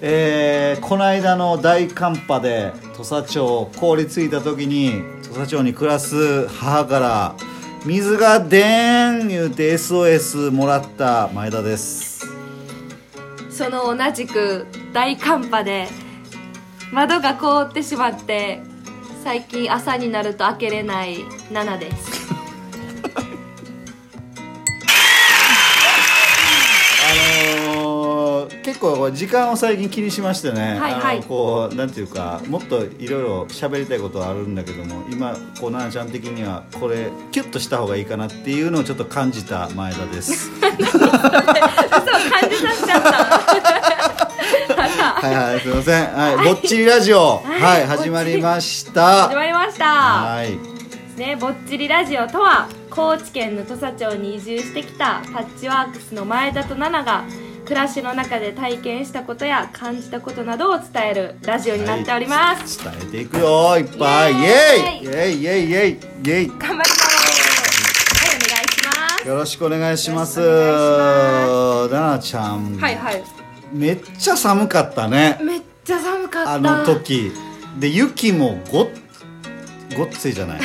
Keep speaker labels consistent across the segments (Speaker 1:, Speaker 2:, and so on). Speaker 1: えーこの間の大寒波で土佐町凍りついた時に土佐町に暮らす母から「水が出ん!」言うて SOS もらった前田です
Speaker 2: その同じく大寒波で窓が凍ってしまって最近朝になると開けれないナナです
Speaker 1: あのー結構時間を最近気にしましてね、
Speaker 2: はいはい
Speaker 1: あのこうなんていうかもっといろいろ喋りたいことはあるんだけども今こう奈々ちゃん的にはこれキュッとした方がいいかなっていうのをちょっと感じた前田です
Speaker 2: そう感じさせちゃった
Speaker 1: はいはいすいません、はいぼっちりラジオはい、
Speaker 2: はい
Speaker 1: 始まりました
Speaker 2: 始まりました
Speaker 1: はい
Speaker 2: ねぼっちりラジオとは高知県の土佐町に移住してきたパッチワークスの前田とナナが暮らしの中で体験したことや感じたことなどを伝えるラジオになっております、
Speaker 1: 伝えていくよいっぱいイ
Speaker 2: イ
Speaker 1: エ
Speaker 2: エ
Speaker 1: イイエイイエイイエイイエイ
Speaker 2: 頑張りますはいお願いします
Speaker 1: よろしくお願いします
Speaker 2: よろしくお
Speaker 1: 奈々ちゃん、
Speaker 2: はいはい
Speaker 1: めっちゃ寒かったね
Speaker 2: めっちゃ寒かった
Speaker 1: あの時で雪もごっごっついじゃ ない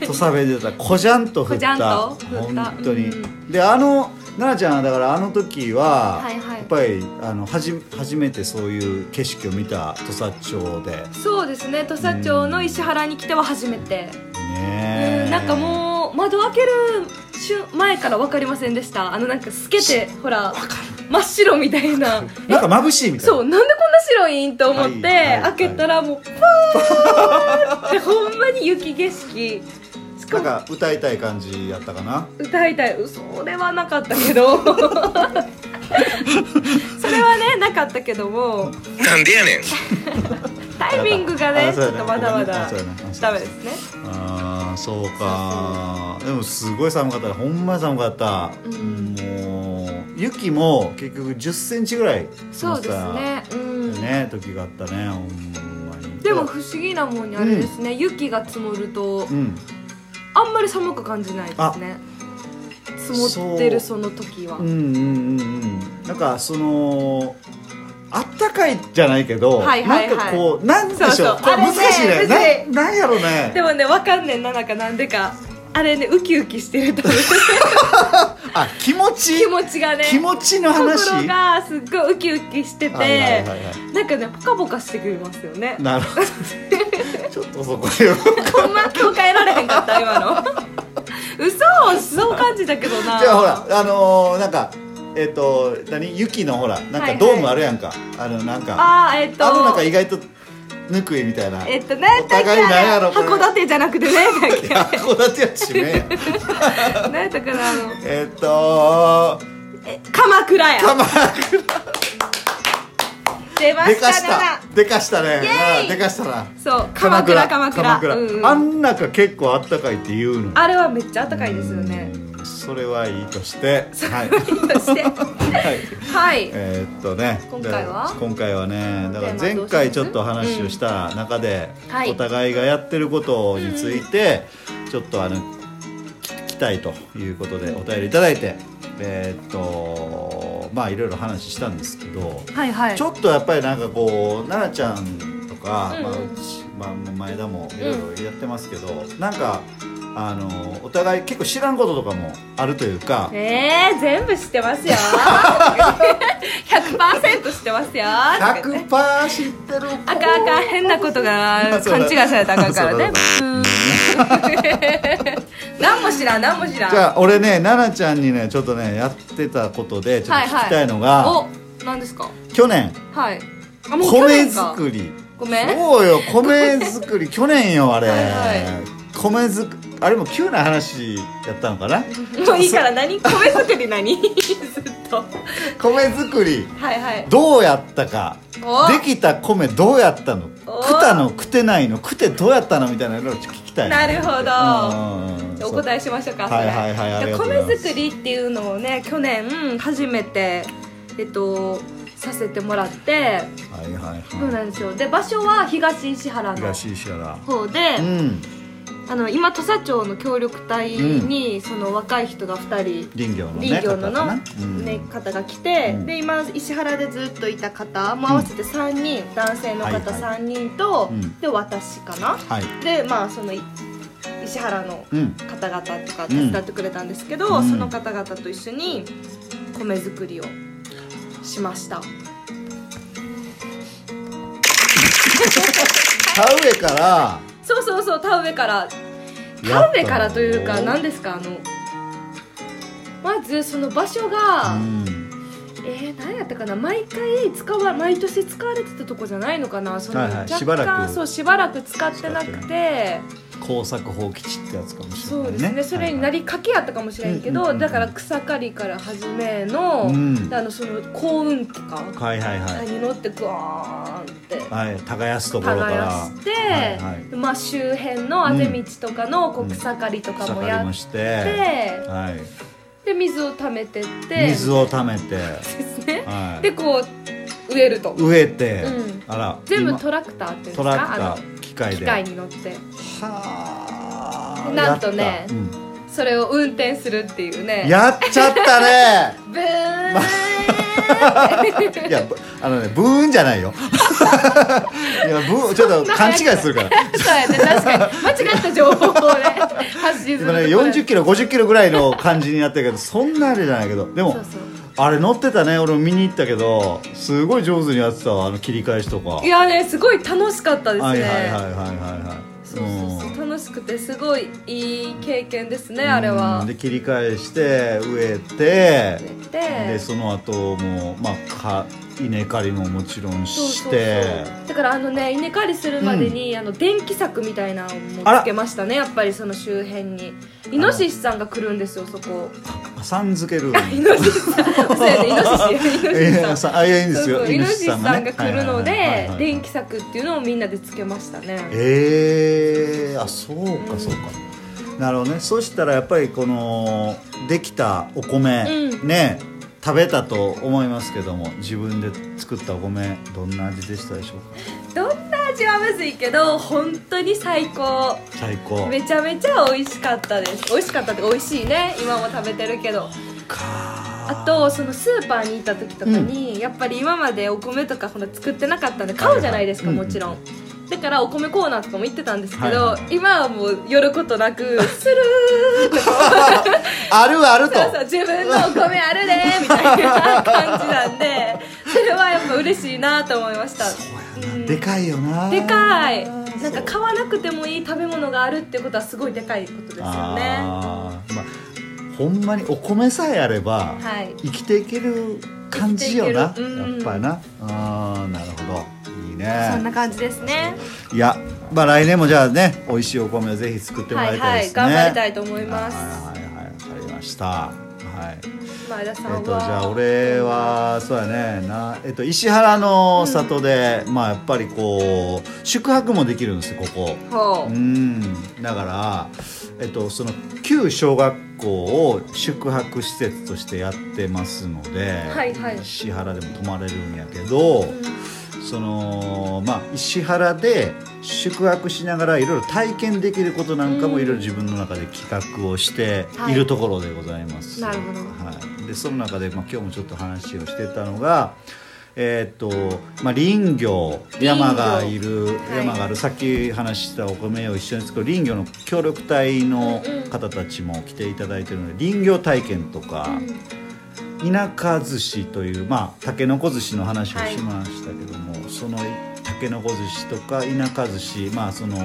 Speaker 1: 土佐弁で言ったらこじゃんと降っ
Speaker 2: こじゃ
Speaker 1: た
Speaker 2: んと降った
Speaker 1: 本当に、
Speaker 2: う
Speaker 1: であの奈々ちゃんはだからあの時は、
Speaker 2: はいはい
Speaker 1: やっぱりあのはじ初めてそういう景色を見た土佐町で
Speaker 2: そうですね土佐町の石原に来ては初めて、
Speaker 1: ね
Speaker 2: うんなんかもう窓開ける瞬前から分かりませんでしたあのなんか透けてほら真っ白みたいな
Speaker 1: う なんか眩しいみたいな
Speaker 2: そうなんでこんな白いんと思って、
Speaker 1: はいはいはい
Speaker 2: 開けたらもうパーってほんまに雪景色し
Speaker 1: なん
Speaker 2: かも
Speaker 1: か歌いたい感じやったかな
Speaker 2: 歌いたいそれはなかった けどそれはねなかったけども
Speaker 3: なんでやねん
Speaker 2: タイミングがね
Speaker 1: あ
Speaker 2: ち
Speaker 1: そう
Speaker 2: ょ
Speaker 1: や
Speaker 2: っ
Speaker 1: ね
Speaker 2: とまだまだ
Speaker 1: あそうやねあそうやね
Speaker 2: ダメですね
Speaker 1: あーそうかでもすごい寒かったねほんまに寒かった、
Speaker 2: うん
Speaker 1: もう雪も結局1 0ンチぐらい積
Speaker 2: そ
Speaker 1: もっ
Speaker 2: う
Speaker 1: て
Speaker 2: で
Speaker 1: た
Speaker 2: すねうん
Speaker 1: ね時があったねほんまに
Speaker 2: でも不思議なもんにあれですね、雪が積もると
Speaker 1: うん
Speaker 2: あんまり寒く感じないですね積もってるその時は、
Speaker 1: うんうんうんうんなんかそのあったかいじゃないけど、
Speaker 2: はいはいはい
Speaker 1: なんかこうなんでしょう
Speaker 2: そうそう
Speaker 1: これ
Speaker 2: あれね
Speaker 1: 難しいね
Speaker 2: むず
Speaker 1: ななんやろうね
Speaker 2: でもねわかんねんななんかなんでかあれねウキウキしてると
Speaker 1: あ気持ち
Speaker 2: 気持ちがね
Speaker 1: 気持ちの話
Speaker 2: 心がすっごいウキウキしてて、
Speaker 1: はいはいはいは
Speaker 2: なんかねポカポカしてくれますよね
Speaker 1: いなるほど ちょっとそこよ
Speaker 2: ほんま今日変えられへんかった 今の嘘そう感じたけどな
Speaker 1: じゃあほらあのー、なんかえっ、と何雪のほらなん
Speaker 2: はい
Speaker 1: か
Speaker 2: はい
Speaker 1: ドームあるやんか、あのなんか
Speaker 2: あーえっと
Speaker 1: あのなんか意外とぬくいみたいな
Speaker 2: えっとね
Speaker 1: お互いなんやろ これ
Speaker 2: 函館じゃなくてね
Speaker 1: いや函館や地名や
Speaker 2: 何やったかなあの
Speaker 1: えっと
Speaker 2: え鎌倉や
Speaker 1: 鎌
Speaker 2: 出ま
Speaker 1: で
Speaker 2: し
Speaker 1: か
Speaker 2: た
Speaker 1: し
Speaker 2: ね
Speaker 1: たでかしたね
Speaker 2: イエーイ
Speaker 1: うんでかしたな
Speaker 2: そう鎌倉鎌倉
Speaker 1: 鎌倉
Speaker 2: うんうん
Speaker 1: あん中結構あったかいって言うの
Speaker 2: あれはめっちゃ暖かいですよね
Speaker 1: うんそれはいいとしてはい、
Speaker 2: そして
Speaker 1: はい
Speaker 2: はい
Speaker 1: えーっとね
Speaker 2: 今回は
Speaker 1: だ今回はねだから
Speaker 2: テー
Speaker 1: 前
Speaker 2: マどうします
Speaker 1: 回ちょっと話をした中で、
Speaker 2: うんはい
Speaker 1: お互いがやってることについてちょっとあのき聞きたいということでお便りいただいてえーっとまあいろいろ話したんですけど
Speaker 2: はいはい
Speaker 1: ちょっとやっぱりなんかこう奈々ちゃんとか、
Speaker 2: うんうん
Speaker 1: まあうちまあ、前田もいろいろやってますけど、なんかあのお互い結構知らんこととかもあるというか、
Speaker 2: えー、全部知って ますよ100%知ってますよ
Speaker 1: 100%知ってる
Speaker 2: あかんあかん変なこと が
Speaker 1: そう
Speaker 2: 勘
Speaker 1: だ
Speaker 2: 違いされたらあかんから ね うん何も知らん何も知らん
Speaker 1: じゃあ俺ね奈々ちゃんにねちょっとねやってたことでちょっと聞きたいのが、
Speaker 2: お何ですか
Speaker 1: 去年
Speaker 2: はいあもう去
Speaker 1: 米
Speaker 2: 年か
Speaker 1: 作り
Speaker 2: ごめん
Speaker 1: そうよ米作 り去年よあれ
Speaker 2: はいは
Speaker 1: 米作あれも急な話やったのかな
Speaker 2: もういいから何 米作り何ずっと
Speaker 1: 米作り
Speaker 2: はいはい
Speaker 1: どうやったか
Speaker 2: お
Speaker 1: できた米どうやったの
Speaker 2: お
Speaker 1: 食ったの食ってないの食ってどうやったのみたいなのを聞きたい
Speaker 2: なるほどお
Speaker 1: え
Speaker 2: 答えしましょうかそ
Speaker 1: は
Speaker 2: れ
Speaker 1: いはいはいありがとうございます
Speaker 2: 米作りっていうのをね去年初めてえっとさせてもらって
Speaker 1: はいはい
Speaker 2: そう
Speaker 1: は
Speaker 2: なんですよで場所は東石原
Speaker 1: い
Speaker 2: の
Speaker 1: 東石原
Speaker 2: 方で
Speaker 1: うん
Speaker 2: あの今土佐町の協力隊に、その若い人が2人
Speaker 1: 林業のね
Speaker 2: 林業の
Speaker 1: 方か
Speaker 2: の、
Speaker 1: な
Speaker 2: ね
Speaker 1: うん
Speaker 2: 方が来て、
Speaker 1: うん
Speaker 2: で今石原でずっといた方も合わせて3人、男性の
Speaker 1: はいは
Speaker 2: 方
Speaker 1: い
Speaker 2: 3人と、
Speaker 1: うん
Speaker 2: で私かな、
Speaker 1: はい
Speaker 2: でまあそのい石原の
Speaker 1: うん
Speaker 2: 方々とか手伝ってくれたんですけど、
Speaker 1: うん
Speaker 2: その方々と一緒に米作りをしました
Speaker 1: 田植えから
Speaker 2: そうそうそう田植えから
Speaker 1: やった
Speaker 2: 田植えからというか何ですかあのまずその場所が、
Speaker 1: うん
Speaker 2: えー、何やったかな毎回使わ毎年使われてたとこじゃないのかなその、
Speaker 1: はいはい
Speaker 2: 若干
Speaker 1: しばらく
Speaker 2: そうしばらく使ってなく
Speaker 1: 使って
Speaker 2: て
Speaker 1: 耕作放棄地ってやつかもしれ
Speaker 2: そ
Speaker 1: な
Speaker 2: う
Speaker 1: いね
Speaker 2: ですねそれになりかけやったかもしれんけど、
Speaker 1: うんうんうん
Speaker 2: だから草刈りから始めの,、
Speaker 1: うん
Speaker 2: あのその幸運期か、
Speaker 1: はいはいはい
Speaker 2: に乗ってグワーンって。
Speaker 1: はい、はい、耕すところから
Speaker 2: 耕して、
Speaker 1: はいはい
Speaker 2: まあ、周辺のあぜ道とかのこう草刈りとか
Speaker 1: 草
Speaker 2: も
Speaker 1: 刈
Speaker 2: や
Speaker 1: り
Speaker 2: っ
Speaker 1: も
Speaker 2: て、
Speaker 1: してはい
Speaker 2: で水を溜めてって
Speaker 1: 水をためて
Speaker 2: ですね、
Speaker 1: はい
Speaker 2: でこう植えると
Speaker 1: 植えて、
Speaker 2: うん
Speaker 1: あら
Speaker 2: 全部
Speaker 1: 今
Speaker 2: トラクターっていうんです
Speaker 1: トラ
Speaker 2: か
Speaker 1: クタ
Speaker 2: あの
Speaker 1: ー機械で
Speaker 2: 機械に乗って
Speaker 1: はあ
Speaker 2: なんとね
Speaker 1: やったうん
Speaker 2: それを運転するっていうね
Speaker 1: やっちゃった ね
Speaker 2: ブーン、
Speaker 1: いやぶあのねブーンじゃないよ いやブーンちょっと勘違いするから
Speaker 2: そうやね 確かに間違った情報をね発信する
Speaker 1: 今ね
Speaker 2: ところ
Speaker 1: 40キロ50キロぐらいの感じになってるけどそんなあれじゃないけどでも
Speaker 2: そうそう
Speaker 1: あれ乗ってたね俺も見に行ったけどすごい上手にやってたわあの切り返しとか
Speaker 2: いやねすごい楽しかったですね、
Speaker 1: はいはいはいはいはいはい
Speaker 2: そうそうそう楽しくてすごいいい経験ですね
Speaker 1: うん
Speaker 2: あれは
Speaker 1: で切り返して植えてで
Speaker 2: で
Speaker 1: その後もまあか稲刈りももちろん
Speaker 2: そう
Speaker 1: し
Speaker 2: そうそう
Speaker 1: て
Speaker 2: だからあのね稲刈りするまでに、あの電気柵みたいなの
Speaker 1: あ
Speaker 2: も
Speaker 1: ら
Speaker 2: つけましたねやっぱりその周辺にイノシシさんが来るんですよそこ
Speaker 1: さん付ける
Speaker 2: イノシシさん そうやねイノシシイノ
Speaker 1: い
Speaker 2: シシ
Speaker 1: や
Speaker 2: さん
Speaker 1: さあいやいいんです
Speaker 2: そ
Speaker 1: よ
Speaker 2: うそうイノシシさんが,、
Speaker 1: ね
Speaker 2: 来る
Speaker 1: は
Speaker 2: の
Speaker 1: いはいはい
Speaker 2: で
Speaker 1: はい
Speaker 2: 電気柵っていうのをみんなでつけましたね
Speaker 1: ええあそうかそうか、なるほどねそしたらやっぱりこのできたお米、
Speaker 2: うん
Speaker 1: ね食べたと思いますけども自分で作ったお米どんな味でしたでしょう
Speaker 2: どんな味はむずいけど本当に最高
Speaker 1: か最高
Speaker 2: めちゃめちゃ美味しかったです美味しかったって美味しいね今も食べてるけど
Speaker 1: か
Speaker 2: あとそのスーパーに行った時とかに、やっぱり今までお米とかほら作ってなかったんで買うじゃないですか、
Speaker 1: はいはい
Speaker 2: もちろん、だからお米コーナーとかも行ってたんですけど、
Speaker 1: はいはい
Speaker 2: 今はもう寄ることなくスルーってこ
Speaker 1: あるある
Speaker 2: う
Speaker 1: と
Speaker 2: そうそう自分のお米あるねみたいな感じなん でそれはやっぱ嬉しいなと思いました
Speaker 1: そうやな
Speaker 2: うん
Speaker 1: でかいよな
Speaker 2: でかいなん
Speaker 1: そ
Speaker 2: か
Speaker 1: う
Speaker 2: 買わなくてもいい食べ物があるってことはすごいでかいことですよね
Speaker 1: あーまあほんまにお米さえあれば、
Speaker 2: はい
Speaker 1: 生きていける感じよな、
Speaker 2: 生きていけるうん
Speaker 1: やっぱなあーなるほどいいね
Speaker 2: そんな感じですね
Speaker 1: いや、まあ、来年もじゃあね美味しいお米をぜひ作ってもらいたいですね、
Speaker 2: はいはい頑張りたいと思います
Speaker 1: はいはいはいわかりましたはい
Speaker 2: 前田
Speaker 1: えっ
Speaker 2: さんは、
Speaker 1: とじゃあ俺はそうやねな、えっと、石原の里で、まあやっぱりこう宿泊もできるんですよここ
Speaker 2: ほ
Speaker 1: う
Speaker 2: う、
Speaker 1: んだから、えっと、その旧小学校を宿泊施設としてやってますので、
Speaker 2: はいはい
Speaker 1: 石原でも泊まれるんやけど、そのまあ石原で宿泊しながらいろいろ体験できることなんかも
Speaker 2: うん
Speaker 1: いろいろ自分の中で企画をして
Speaker 2: はい
Speaker 1: いるところでございます、
Speaker 2: なるほど
Speaker 1: はい、でその中で、まあ、今日もちょっと話をしてたのがえーっとまあ、林業
Speaker 2: 業
Speaker 1: 山がいる
Speaker 2: はい
Speaker 1: 山がある、さっき話したお米を一緒に作る林業の協力隊の方たちも来ていただいてるので林業体験とか、
Speaker 2: うん
Speaker 1: 田舎寿司というまあたけのこ寿司の話をしましたけども、そのたけのこ寿司とか田舎寿司まあその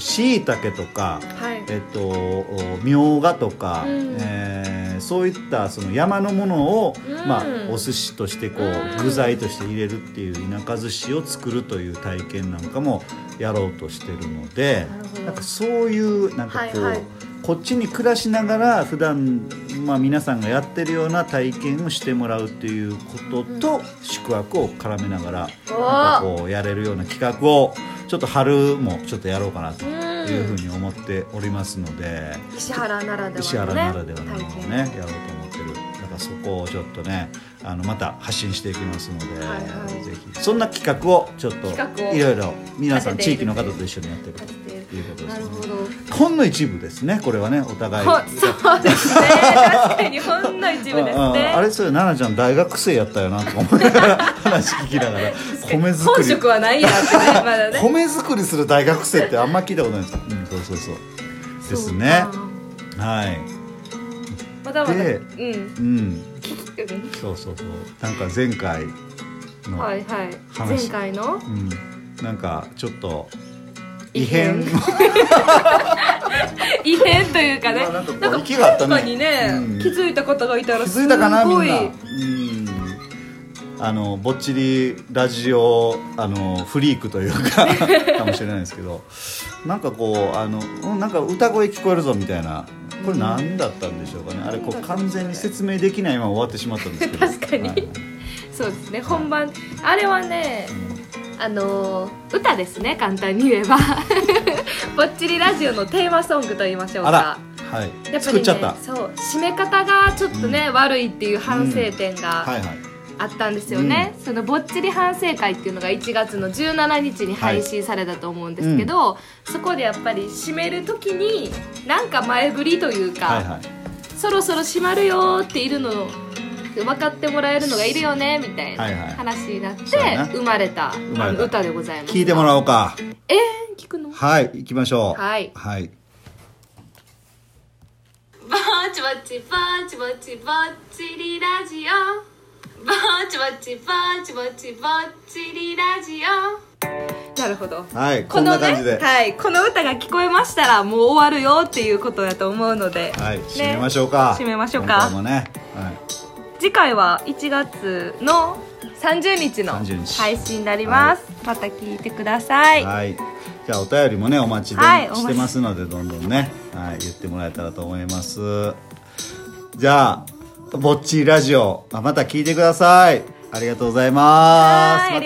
Speaker 1: しいたけとか、
Speaker 2: はい
Speaker 1: えっとみょうがとか、
Speaker 2: うん
Speaker 1: えーそういったその山のものを、
Speaker 2: うん
Speaker 1: まあ、お寿司としてこう、
Speaker 2: うん
Speaker 1: 具材として入れるっていう田舎寿司を作るという体験なんかもやろうとしてるので
Speaker 2: なるほど
Speaker 1: なんかそういうなんかこう、
Speaker 2: はいはい
Speaker 1: こっちに暮らしながら普段まあ皆さんがやってるような体験をしてもらうっていうことと、宿泊を絡めながら
Speaker 2: おー
Speaker 1: なんかこうやれるような企画をちょっと春もちょっとやろうかなと
Speaker 2: うん
Speaker 1: いうふうに思っておりますので。
Speaker 2: 石原ならではのね
Speaker 1: 石原ならではのものをね
Speaker 2: 体験
Speaker 1: やろうと思ってるだからそこをちょっとねあのまた発信していきますので、
Speaker 2: はいはい
Speaker 1: ぜひそんな企画をちょっと
Speaker 2: 企画を
Speaker 1: いろいろ皆さん地
Speaker 2: 立て
Speaker 1: 域
Speaker 2: てい
Speaker 1: の
Speaker 2: る
Speaker 1: 方と一緒にやっていく
Speaker 2: 立てている
Speaker 1: ということで
Speaker 2: な
Speaker 1: す
Speaker 2: る
Speaker 1: ね
Speaker 2: ほど
Speaker 1: ほんの一部ですねこれはねお互い
Speaker 2: ほそうですね確かにほんの一部です
Speaker 1: あ
Speaker 2: ね
Speaker 1: ああれそれ奈々ちゃん大学生やったよなとか思いな がら話聞きながら米作
Speaker 2: 本
Speaker 1: り
Speaker 2: 職はないやってねま だね
Speaker 1: 米作りする大学生ってあんま聞いたことないです、うん、そうそうそうですね
Speaker 2: そうか
Speaker 1: はい
Speaker 2: まだまだ
Speaker 1: で
Speaker 2: うん
Speaker 1: うん
Speaker 2: うん
Speaker 1: そうそうそうなんか前回の、
Speaker 2: はいはい
Speaker 1: 話
Speaker 2: 前 回の
Speaker 1: うん、なんかちょっと異
Speaker 2: 異
Speaker 1: 変
Speaker 2: 変異変というかね
Speaker 1: まあなんかこう
Speaker 2: なんか
Speaker 1: 息があったね
Speaker 2: 確かにね、
Speaker 1: うん
Speaker 2: 気づいた方がいたら
Speaker 1: 気づいたかな
Speaker 2: す
Speaker 1: み
Speaker 2: ご
Speaker 1: んなうんあのぼっちりラジオあのフリークという かかもしれないですけどなんかこうあのうんなんか歌声聞こえるぞみたいなこれ何だったんでしょうかね、あれこう完全に説明できないまま終わってしまったんですけど
Speaker 2: 確かに
Speaker 1: はい
Speaker 2: そうですね本番あれはねあのー歌ですね簡単に言え ばぼっちりラジオのテーマソングと言いましょう
Speaker 1: あ
Speaker 2: から
Speaker 1: はい、
Speaker 2: やっぱ
Speaker 1: 作
Speaker 2: り
Speaker 1: っ
Speaker 2: ね
Speaker 1: ちゃった
Speaker 2: そう締め方がちょっとね、悪いっていう反省点
Speaker 1: は
Speaker 2: が
Speaker 1: いはい
Speaker 2: あったんですよね、そのぼっちり反省会っていうのが1月の17日に配信されたと思うんですけど、そこでやっぱり締める時になんか前振りというか、
Speaker 1: はいはい
Speaker 2: そろそろ閉まるよーっているのを分かってもらえるのがいるよねみたい
Speaker 1: はいはい
Speaker 2: な話になって
Speaker 1: そうやな
Speaker 2: 生まれた
Speaker 1: まれた
Speaker 2: 歌でございます
Speaker 1: 聞いてもらおうか
Speaker 2: えー、聞くの
Speaker 1: はい行きましょう
Speaker 2: はい
Speaker 1: はい
Speaker 2: ぼちぼちぼちぼちぼっちりラジオぼちぼちぼちぼちぼっちりラジオなるほど
Speaker 1: はいこ
Speaker 2: こ
Speaker 1: ん
Speaker 2: の
Speaker 1: な
Speaker 2: ね
Speaker 1: 感じで、
Speaker 2: はい、この歌が聞こえましたらもう終わるよっていうことだと思うので、
Speaker 1: はい、
Speaker 2: ね
Speaker 1: 締めましょうか。
Speaker 2: 締めましょうか
Speaker 1: 今回もね、はい、
Speaker 2: 次回は1月の30日の
Speaker 1: 30日
Speaker 2: 配信になります、また聞いてくださいは
Speaker 1: はい、じゃあお便りもねお待ちで、
Speaker 2: はいお待ち
Speaker 1: してますのでどんどんね、はい、言ってもらえたらと思いますじゃあぼっちラジオあまた聞いてくださいありがとうございます
Speaker 2: はい
Speaker 1: また